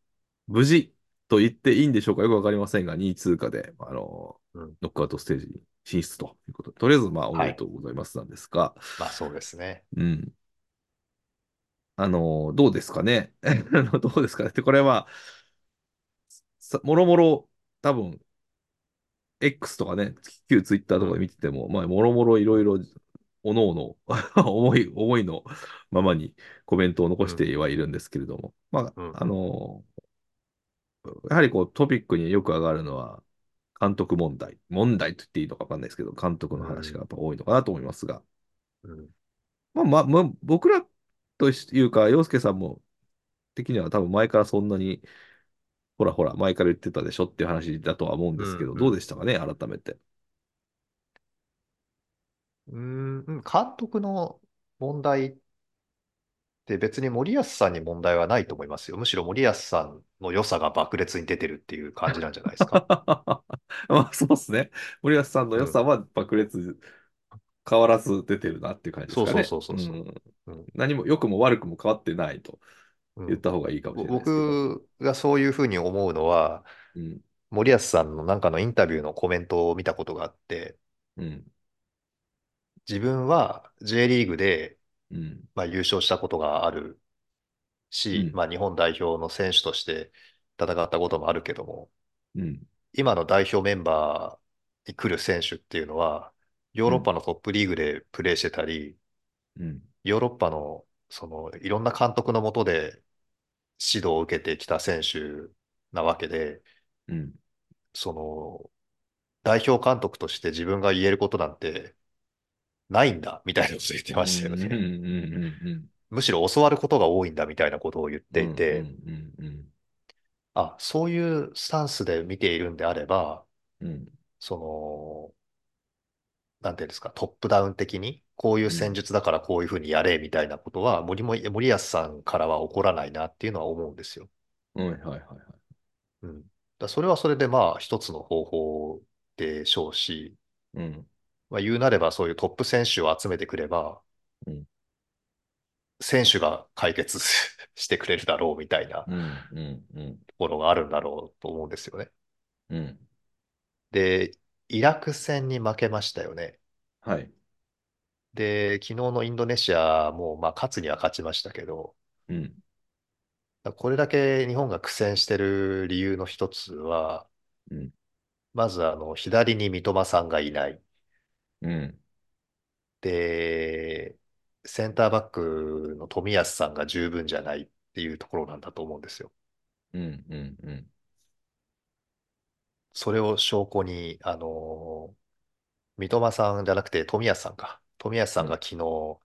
A: 無事と言っていいんでしょうか、よくわかりませんが、2位通過で、あの、
B: うん。
A: ノックアウトステージに進出ということで、とりあえず、まあ、おめ
B: は
A: で
B: い。
A: とうございますなんですが、
B: まあ、そうですね。
A: うん。あの、どうですかね。 あのどうですかねって、これは、さもろもろ、多分、X とかね、旧 Twitter
B: う
A: とかで
B: ん。
A: 見てても、まあ、もろもろいろいろ、おのおの、 思い、思いのままにコメントを残
B: う
A: し
B: ん。
A: てはいるんですけれども、ま
B: うん。
A: あ、あの、やはりこうトピックによく上がるのは、監督問題。問題と言っていいのか分かんないですけど、監督
B: う
A: の話がや
B: ん。
A: っぱ多いのかなと思いますが、
B: うん
A: まあまあ、まあ、僕らというか、洋介さんも的には多分前からそんなに、ほらほら、前から言ってたでしょっていう話だとは思うん
B: う
A: ですけ
B: ん
A: ど、
B: う
A: どうんでしたかね、改めて。
B: うーん、うん監督の問題って別に森保さんに問題はないと思いますよ。むしろ森保さんの良さが爆裂に出てるっていう感じなんじゃないですか。
A: まあ、そうですね。森保さんの
B: う
A: 良
B: ん。
A: さは爆裂、変わらず出てるなっていう感じです
B: そう
A: か
B: そう
A: ね。
B: そうそううそ
A: ん。
B: う。うん。
A: 何も良くも悪くも変わってないと
B: う
A: 言っ
B: ん。
A: た方がいいかもし
B: ぼ
A: れないですけど。
B: 僕がそういうふうに思うのは、
A: うん。
B: 森保さんのなんかのインタビューのコメントを見たことがあって、
A: うん。
B: 自分は J リーグで、
A: うん。
B: まあ、優勝したことがある
A: う
B: し、
A: ん。
B: まあ、日本代表の選手として戦ったこともあるけども、
A: うん。
B: 今の代表メンバーに来る選手っていうのは、ヨー
A: う
B: ロッパ
A: ん。
B: のトップリーグでプレーしてたり、
A: うん。
B: ヨーロッパのそのいろんな監督のもとで指導を受けてきた選手なわけで、
A: うん。
B: その代表監督として自分が言えることなんてないんだみたいなことを言って
A: う
B: ましたよ
A: ん。うん。
B: ね。
A: うん
B: むしろ教わることが多いんだみたいなことを言っ
A: う
B: て
A: ん
B: い
A: うん
B: て、
A: うんうん
B: あ、そういうスタンスで見ているんであれば、
A: うん
B: その、なんていうんですか、トップダウン的に、こういう
A: う
B: 戦
A: ん
B: 術だからこういうふうにやれみたいなことは、森も、森保さんからは起こらないなっていうのは思うんですよ。
A: うんはいはいはい。
B: うん。だからそれはそれでまあ一つの方法でしょうし、
A: うん。
B: まあ言うなればそういうトップ選手を集めてくれば、
A: うん。
B: 選手が解決 してくれるだろうみたいな
A: うん。うんうん。
B: ところがあるんだろうと思うんですよね。
A: うん。
B: で、イラク戦に負けましたよね。
A: はい。
B: で、昨日のインドネシアもまあ勝つには勝ちましたけど、
A: うん。
B: これだけ日本が苦戦してる理由の一つは、
A: うん。
B: まずあの左に三笘さんがいない。
A: うん。
B: で、センターバックの冨安さんが十分じゃないっていうところなんだと思うんですよ。
A: うん。うんうん。
B: それを証拠に、あの、三笘さんじゃなくて冨安さんか。冨安さ
A: うん
B: が
A: ん。
B: 昨日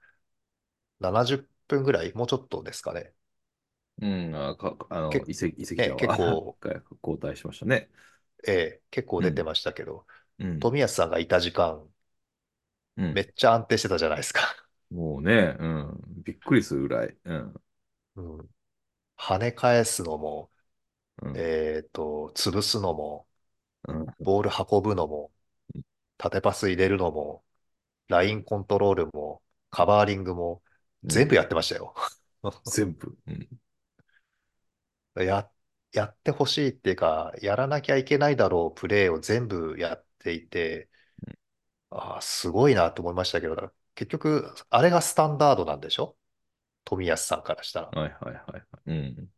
B: 70分ぐらい、もうちょっとですかね。
A: うんあ、か、あの、
B: け、
A: 移籍、移籍
B: ね、
A: 者
B: 結
A: は
B: 構、
A: が交代しましたね。
B: ええ結構
A: う
B: 出て
A: ん。
B: ましたけど、
A: うん。
B: 冨安さんがいた時間、
A: う
B: め
A: ん。
B: っちゃ安定してたじゃないですか。
A: もうね、うん。びっくりするぐらい。うん。
B: うん。跳ね返すのも、
A: うん。
B: えっと、潰すのも、
A: うん。
B: ボール運ぶのも、縦パス入れるのも、ラインコントロールも、カバーリングも、
A: う
B: 全部
A: ん。
B: やってましたよ。
A: 全部。うん。
B: や、やってほしいっていうか、やらなきゃいけないだろうプレーを全部やっていて、ああ、すごいなと思いましたけど、だから結局、あれがスタンダードなんでしょ冨安さんからしたら。っ
A: はいはいはいはい。うん。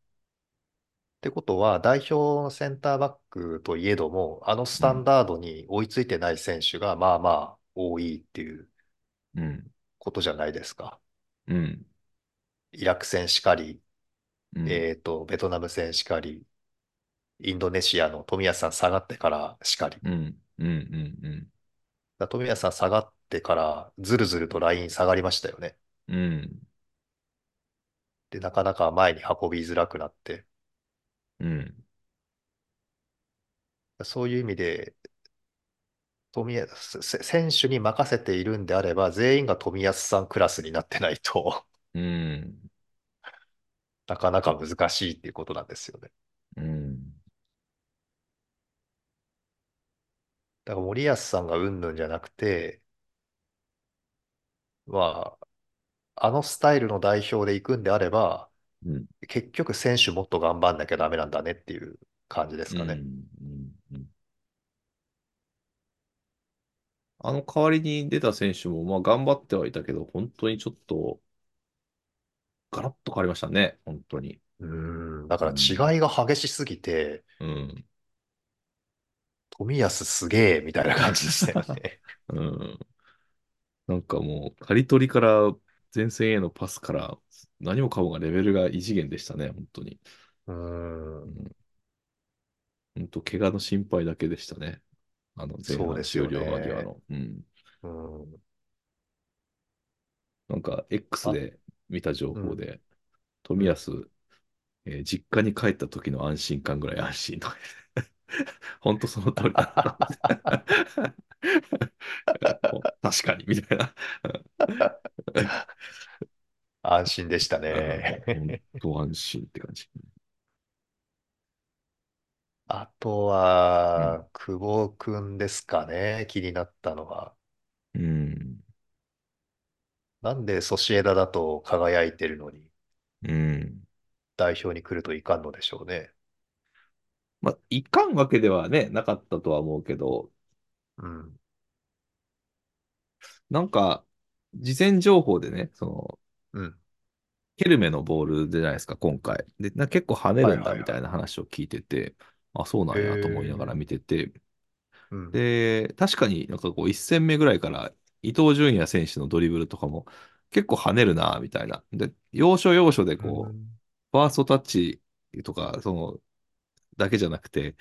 B: てことは、代表のセンターバックといえども、あのス
A: う
B: タン
A: ん。
B: ダードに追いついてない選手が、まあまあ多いっていう
A: うん。
B: ことじゃないですか。
A: うん。
B: イラク戦しかり、
A: うん。
B: えっと、ベトナム戦しかり、インドネシアの冨安さん下がってからしかり。
A: うん。うん。うん
B: だから冨安さん下がってから、ずるずるとライン下がりましたよね。
A: うん。うん
B: で、なかなか前に運びづらくなって、
A: うん
B: そういう意味で、冨安、せ選手に任せているんであれば、全員が冨安さんクラスになってないと
A: うん
B: なかなか難しいっていうことなんですよね。
A: うん
B: だから森保さんがうんぬんじゃなくて、まあ、あのスタイルの代表で行くんであれば、
A: うん
B: 結局選手もっと頑張んなきゃダメなんだねっていう感じです
A: う
B: かね。
A: んうんあの代わりに出た選手も、まあ、頑張ってはいたけど、本当にちょっと、ガラッと変わりましたね、本当に。
B: うーん、だ
A: う
B: から
A: ん。
B: 違いが激しすぎて、
A: うん。
B: 冨安すげえみたいな感じでしたよ ね。
A: うん。なんかもう、刈り取りから前線へのパスから、何もかもがレベルが異次元でしたね、本当に。
B: うー、
A: うんん。本当、怪我の心配だけでしたね。あの、前
B: そう
A: 半
B: です
A: 終
B: よ
A: 了間際
B: ね。
A: の。うん。
B: うん、
A: なんか、X
B: あ、
A: で見た情
B: う
A: 報
B: ん、
A: で、
B: う
A: 冨
B: ん。
A: 安、えー実家に帰った時の安心感ぐらい安心とか 言って。本当その通りだったみた いな。お確かに、みたいな。
B: 安心でした
A: うん、本
B: ね。
A: 当安心って感じ。
B: あと
A: うん。
B: は、久保くんですかね、気になったのは。
A: うん。
B: なんでソシエダだと輝いてるのに
A: うん。
B: 代表に来るといかんのでしょうね。
A: まあ、いかんわけではね、なかったとは思うけど、
B: うん、
A: なんか、事前情報でね、その、
B: うん。
A: ケルメのボールじゃないですか、今回。で、な結構跳ね
B: は
A: る
B: い
A: んだ
B: はい
A: みたい
B: は。
A: な話を聞いてて、あ、そうないんやと思いなが
B: え
A: ら
B: ー、
A: 見てて、
B: うん、
A: で、確かになんかこう、一戦目ぐらいから、伊東純也選手のドリブルとかも結構跳ねるな、みたいな。で、要所要所で
B: う
A: こう、
B: ん、
A: ファーストタッチとか、その、だけじゃなくて、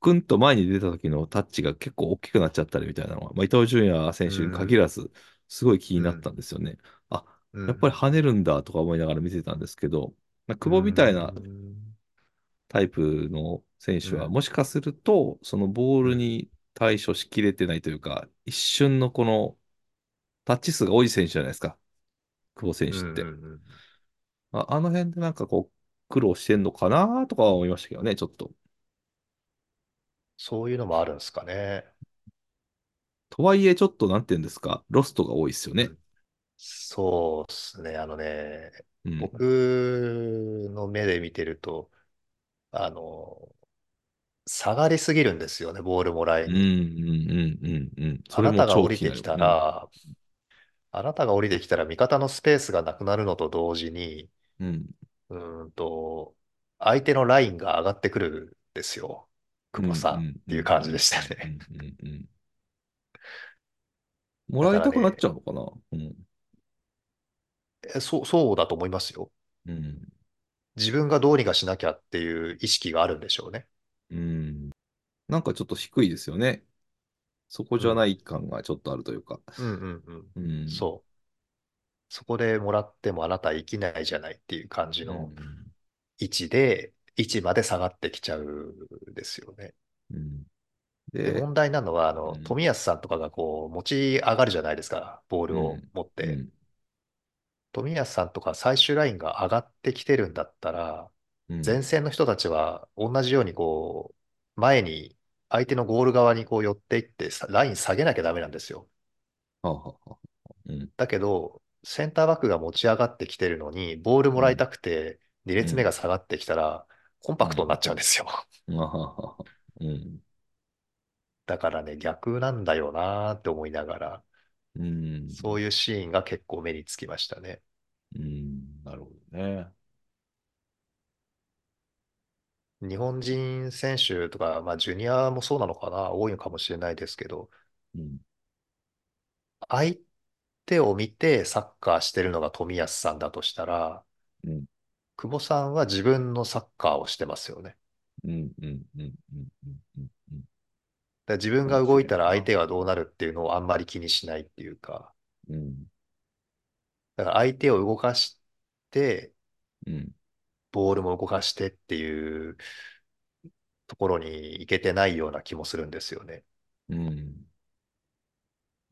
A: ぐんと前に出た時のタッチが結構大きくなっちゃったりみたいなのは、まあ、伊東純也選
B: う
A: 手に限
B: ん、
A: らず、すごい気に
B: う
A: なった
B: ん、
A: んですよね。あ、
B: う
A: やっぱり
B: ん。
A: 跳ねるんだとか思いながら見てたんですけど、まあ
B: うー、
A: 久保みたいなんタイプの選
B: う
A: 手は、
B: ん、
A: もしかすると、そのボー
B: う
A: ル
B: ん、
A: に対処しきれてないというか、一瞬のこのタッチ数が多い選手じゃないですか、久保選
B: う
A: 手って。
B: ん、うん。
A: あ、あの辺でなんかこう、苦労してんのかなとかは思いましたけどね、ちょっと。
B: そういうのもあるんですかね。
A: とはいえ、ちょっとなんて言うんですか、ロストが多いですよ
B: う
A: ね。
B: ん。そうですね。あのね、
A: うん。
B: 僕の目で見てると、あの、下がりすぎるんですよね、ボールもライ
A: う
B: ン
A: ん、
B: に。
A: うん、うん、うん。うん
B: あ
A: それ
B: な
A: も
B: たが
A: 超
B: 降り
A: 気に
B: て
A: なる。
B: きた
A: うん、
B: ら、あなたが降りてきたら味方のスペースがなくなるのと同時に、
A: うん、
B: うーんと、相手のラインが上がってくるんですよ。
A: う
B: 久保
A: ん、
B: さ
A: うん
B: っ
A: ん、う、
B: ていうん感
A: う
B: じで
A: ん、
B: し
A: う
B: た
A: ん、う
B: ね。
A: ん、うん。うんも
B: だ
A: ら
B: か
A: いた
B: ら
A: くなっち
B: ね、
A: ゃうのかなうん、
B: えそう、そうだと思いますよ。
A: うん、
B: 自分がどうにかしなきゃっていう意識があるんでしょうね。
A: うん。なんかちょっと低いですよね。そこ
B: う。
A: じゃなんい感がちょっとあるというか。
B: うんうんうん。
A: うん、
B: そう。そこでもらってもあなた生きないじゃないっていう感じ
A: う
B: の
A: ん、
B: 位置で、位置まで下がってきちゃうんですよね。
A: うん。
B: で、
A: で、
B: 問題なのは、あ
A: う
B: の、
A: ん、
B: 冨安さんとかがこう、持ち上がるじゃないですか、ボー
A: う
B: ルを
A: ん、
B: 持っ
A: う
B: て。
A: ん。
B: 冨安さんとか最終ラインが上がってきてるんだったら、
A: うん。
B: 前線の人たちは同じようにこう、前に相手のゴール側にこう寄っていってさ、ライン下げなきゃダメなんですよ。
A: はあはあはあ。うん。
B: だけど、センターバックが持ち上がってきてるのに、ボール
A: う
B: もらい
A: ん。
B: たくて、2
A: う
B: 列目
A: ん。
B: が下がってきたら、コン
A: う
B: パクトに
A: ん。
B: なっちゃうんですよ。
A: あははは。うん。
B: だからね、逆なんだよなーって思いながら、
A: うん。
B: そういうシーンが結構目につきましたね。
A: うん。なるほどね。
B: 日本人選手とか、まあ、ジュニアもそうなのかな、多いのかもしれないですけど、
A: うん。
B: 相手を見てサッカーしてるのが冨安さんだとしたら、
A: うん。
B: 久保さんは自分のサッカーをしてますよね。
A: うん。うん。うん。うん。うん。うんうん
B: だから自分
A: か
B: が
A: もし
B: 動い
A: れ
B: た
A: ん
B: ら相
A: な。
B: 手がどうなるっていうのをあんまり気にしないっていうか、
A: うん。
B: だから相手を動かして、
A: うん。
B: ボールも動かしてっていうところに行けてないような気もするんですよね。
A: うん。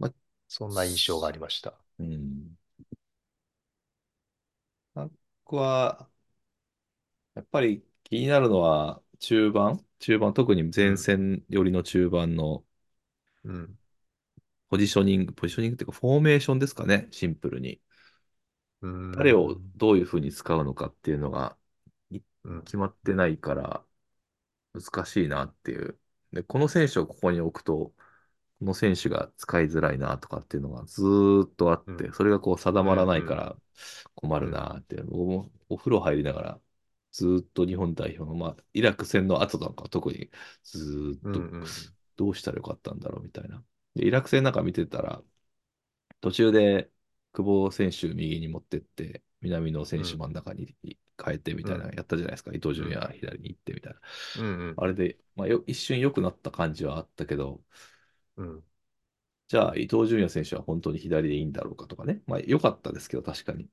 A: まあ、
B: そんな印象があ
A: す
B: りました。
A: うん。僕は、やっぱり気になるのは中盤、中盤、特に
B: う
A: 前
B: ん、
A: 線寄りの中盤の
B: うん、
A: ポジショニング、ポジショニングっていうか、フォーメーションですかね、シンプルに。
B: うー
A: 誰を
B: ん、
A: どういうふうに使うのかっていうのがい
B: うん、
A: 決まってないから難しいなっていう。で、この選手をここに置くと、この選手が使いづらいなとかっていうのがずーっとあっ
B: う
A: て、
B: ん、
A: それがこう定
B: う
A: まら
B: ん、
A: な
B: う
A: いか
B: ん、
A: ら困
B: う
A: る
B: ん、
A: なって、僕もお風呂入りながらずーっと日本代表の、まあ、イラク戦の後なんかは特にずーっ
B: うん、
A: と
B: うん、
A: どうしたらよかったんだろうみたいな。で、イラク戦なんか見てたら、途中で久保選手右に持ってって、南野選
B: う
A: 手
B: ん、
A: 真ん中に変えてみ
B: う
A: たい
B: ん、
A: な、やったじゃないですか。伊東
B: う
A: 純
B: ん、
A: 也左に行ってみたいな。
B: うん、うん、
A: あれで、まあ、よ、一瞬良くなった感じはあったけど、
B: うん、
A: じゃあ伊東純也選手は本当に左でいいんだろうかとかね。まあ良かったですけど、確かに。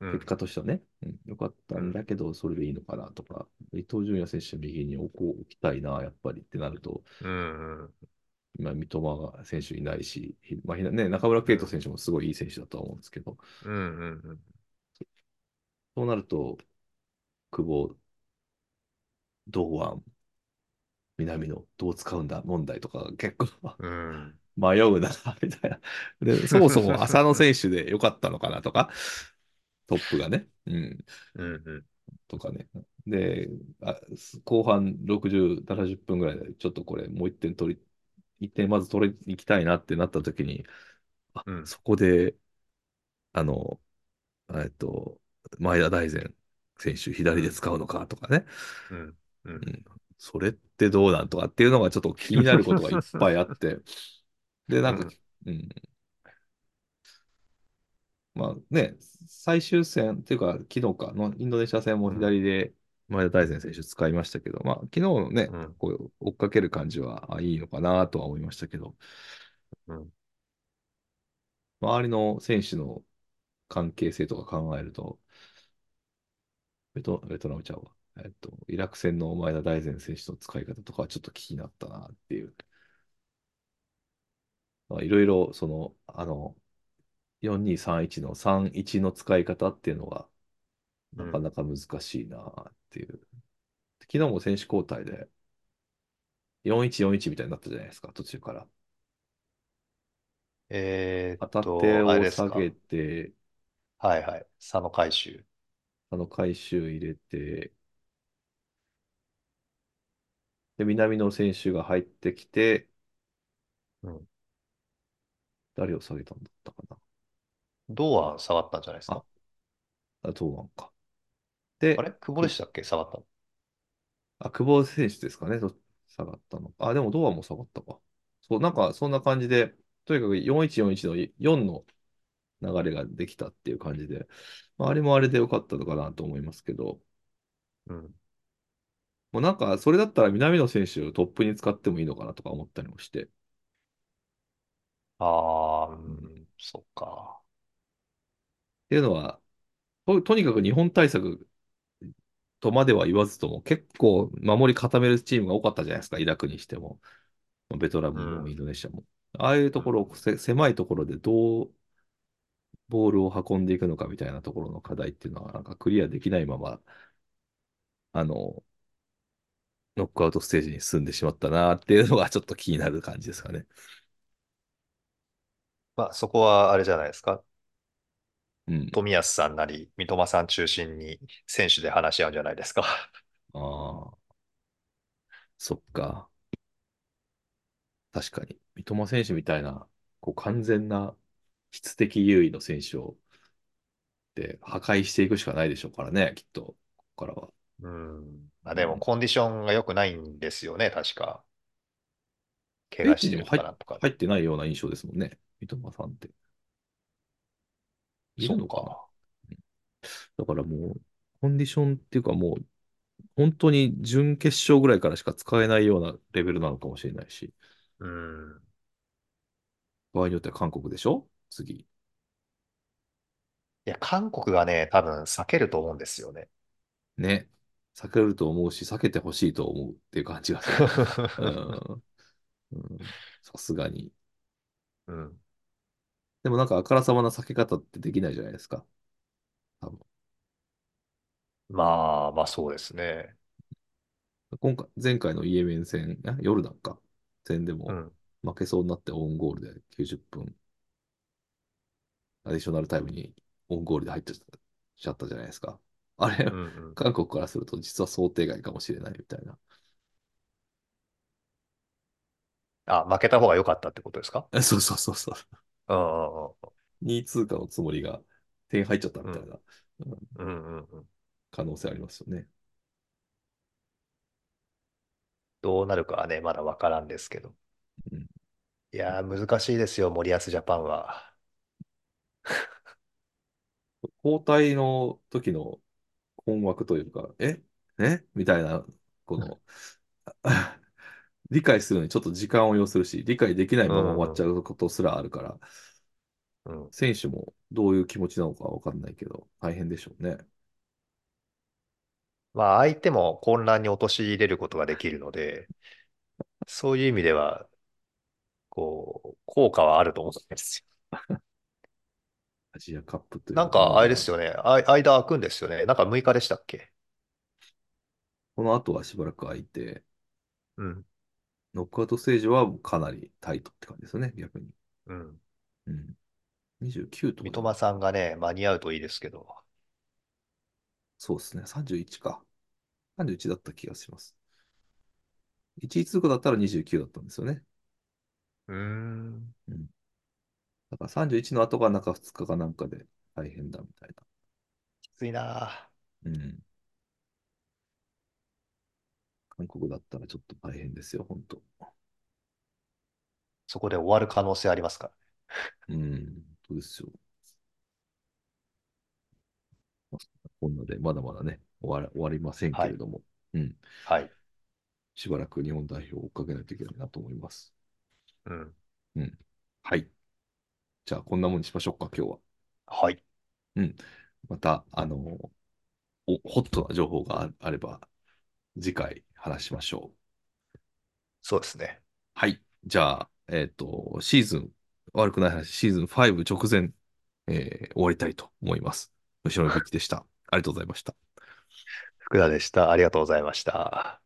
B: う
A: 結
B: ん、
A: 果としてはね。うん良かった
B: うんん
A: だけど、それでいいのかなとか。伊東純也選手右に置こう、置きたいな、やっぱりってなると、
B: うん
A: 今、三笘が選手いないし、ひまあ、ひなね、中村
B: う
A: 敬斗
B: ん
A: 選手もすごいいい選手だとは思うんですけど、
B: うんうん
A: そうなると、久保、堂安、南野、どう使うんだ問題とか、結構
B: うん
A: 迷うな、 みたいな。で、そもそも浅野選手で良かったのかなとか、トップがね、うん、
B: うんうん
A: とかね。で、あ、後半60、70分ぐらいで、ちょっとこれ、もう1点取り、1点まず取りに行きたいなってなった時に、あ、
B: うん
A: そこで、あの、えっと、前田大然選手、左
B: う
A: で
B: ん
A: 使うのかとかね。
B: うんう
A: うんん。それってどうなんとかっていうのがちょっと気になることがいっぱいあって。 で、
B: う
A: なんか、
B: ん
A: うん。まあね、最終戦っていうか、昨日かのインドネシア戦も
B: うん
A: 左で前田大然選手使いましたけど、まあ昨日のね、
B: うん
A: こう追っかける感じはあいいのかなとは思いましたけど、
B: うん
A: 周りの選手の関係性とか考えると、ベト、ベトナムちゃんは、えっと、イラク戦の前田大然選手の使い方とかはちょっと気になったなっていう。まあいろいろ、その、あの、4231の31の使い方っていうのが、
B: う
A: なか
B: ん
A: なか難しいなっていう。昨日も選手交代で4141みたいになったじゃないですか、途中から。
B: えーっ
A: 片手
B: と、あれ
A: を
B: です
A: 下げ
B: か。
A: て、
B: はいはい。佐野海舟。
A: あの回収入れて、で、南野選手が入ってきて、
B: うん。
A: 誰を下げたんだったかな。
B: 堂安下がったんじゃないです
A: あ、
B: か。
A: あ堂安か。
B: あ
A: で、
B: れ久保で
A: く、
B: したっけ下がったの。
A: あ、久保選手ですかね、ど下がったのか。あ、でも堂安も下がったか。そう、なんかそんな感じで、とにかく4141の4の流れができたっていう感じで、まあ、あれもあれでよかったのかなと思いますけど、
B: うん。
A: もうなんかそれだったら南野選手をトップに使ってもいいのかなとか思ったりもして、
B: ああ、う
A: うんっ
B: ん、そっか。
A: ていうのは、と、とにかく日本対策とまでは言わずとも、結構守り固めるチームが多かったじゃないですか、イラクにしても、まあベトナ
B: う
A: ムもイン
B: ん、
A: ドネシアも。ああいう
B: う
A: ところを
B: ん、
A: せ、狭いところでどうボールを運んでいくのかみたいなところの課題っていうのは、なんかクリアできないまま、あの、ノックアウトステージに進んでしまったなっていうのがちょっと気になる感じですかね。
B: まあ、そこはあれじゃないですか。
A: うん。
B: 冨安さんなり、三笘さん中心に選手で話し合うんじゃないですか。
A: ああ、そっか。確かに。三笘選手みたいな、こう完全な質的優位の選手をで破壊していくしかないでしょうからね、きっと、ここからは。
B: うん。まあ、
A: う
B: でも
A: ん。
B: コンディションが良くないんですよね、確か。怪
A: ベン
B: 我し
A: チ
B: て
A: に
B: る
A: も
B: とか
A: 入っ、
B: なんとか。
A: 入ってないような印象ですもんね、三笘さんって。い
B: そ
A: る
B: う
A: のかな。う
B: か。
A: んだからもう、コンディションっていうかもう、本当に準決勝ぐらいからしか使えないようなレベルなのかもしれないし、
B: うん。
A: 場合によっては韓国でしょ次。
B: いや、韓国がね、多分避けると思うんですよね。
A: ね。避けると思うし、避けてほしいと思うっていう感じ がする。うん。うんさすがに。
B: うん。
A: でもなんかあからさまな避け方ってできないじゃないですか。多分
B: まあ、まあそうですね。
A: 今回、前回のイエメン戦、あヨルダンか。戦で
B: う
A: も
B: ん。
A: 負けそうになってオウンゴールで90分、アディショナルタイムにオウンゴールで入っちゃったしちゃったじゃないですか。あれ、
B: うんうん。
A: 韓国からすると実は想定外かもしれないみたいな。
B: あ、負けた方が良かったってことですか
A: えそうそうそうそう。
B: うんうん
A: 2位通過のつもりが点入っちゃったみ
B: う
A: たい
B: ん
A: な、うん
B: うんうんうんうん
A: 可能性ありますよね。
B: どうなるかはね、まだわからんですけど。
A: うん
B: いやー、難しいですよ、森保ジャパンは。
A: 交代の時の困惑というか、ええみたいな、この、あ 理解するのにちょっと時間を要するし、理解できないうまま終わ
B: ん
A: っ
B: う
A: ちゃ
B: ん
A: うことすらあるから、
B: うん。
A: 選手もどういう気持ちなのかわかんないけど、大変でしょうね。
B: まあ、相手も混乱に陥れることができるので、そういう意味では、こう、効果はあると思うんですよ。
A: アジアカップとい
B: なん
A: うも
B: か、
A: の
B: あれで
A: が、
B: すよね。あ、間空くんですよね。なんか6日でしたっけ
A: この後はしばらく空いて、
B: うん。
A: ノックアウトステージはかなりタイトって感じですよね、逆に。
B: うん。
A: うん。29と
B: 三
A: かでも、
B: 笘さんがね、間に合うといいですけど。
A: そうですね、31か。31だった気がします。1位通過だったら29だったんですよね。
B: うーん。
A: うんだから31の後が中2日かなんかで大変だみたい
B: きついなあ
A: な。うん。韓国だったらちょっと大変ですよ、本当。
B: そこで終わる可能性ありますから。
A: うん、そうですよ。まあこんなで、まだまだね、終わら、終わりませんけ
B: は
A: れ
B: い。
A: ども、うん、
B: はい。
A: しばらく日本代表を追っかけないといけないなと思います。
B: うん。
A: うん。はい。じゃあ、こんなもんにしましょうか、今日は。
B: はい。
A: うん。また、あの、お、ホットな情報がああれば、次回話しましょう。
B: そうですね。
A: はい。じゃあ、えっと、シーズン、悪くない話、シーズン5直前、えー終わりたいと思います。吉野美希でした。ありがとうございました。
B: 福田でした。ありがとうございました。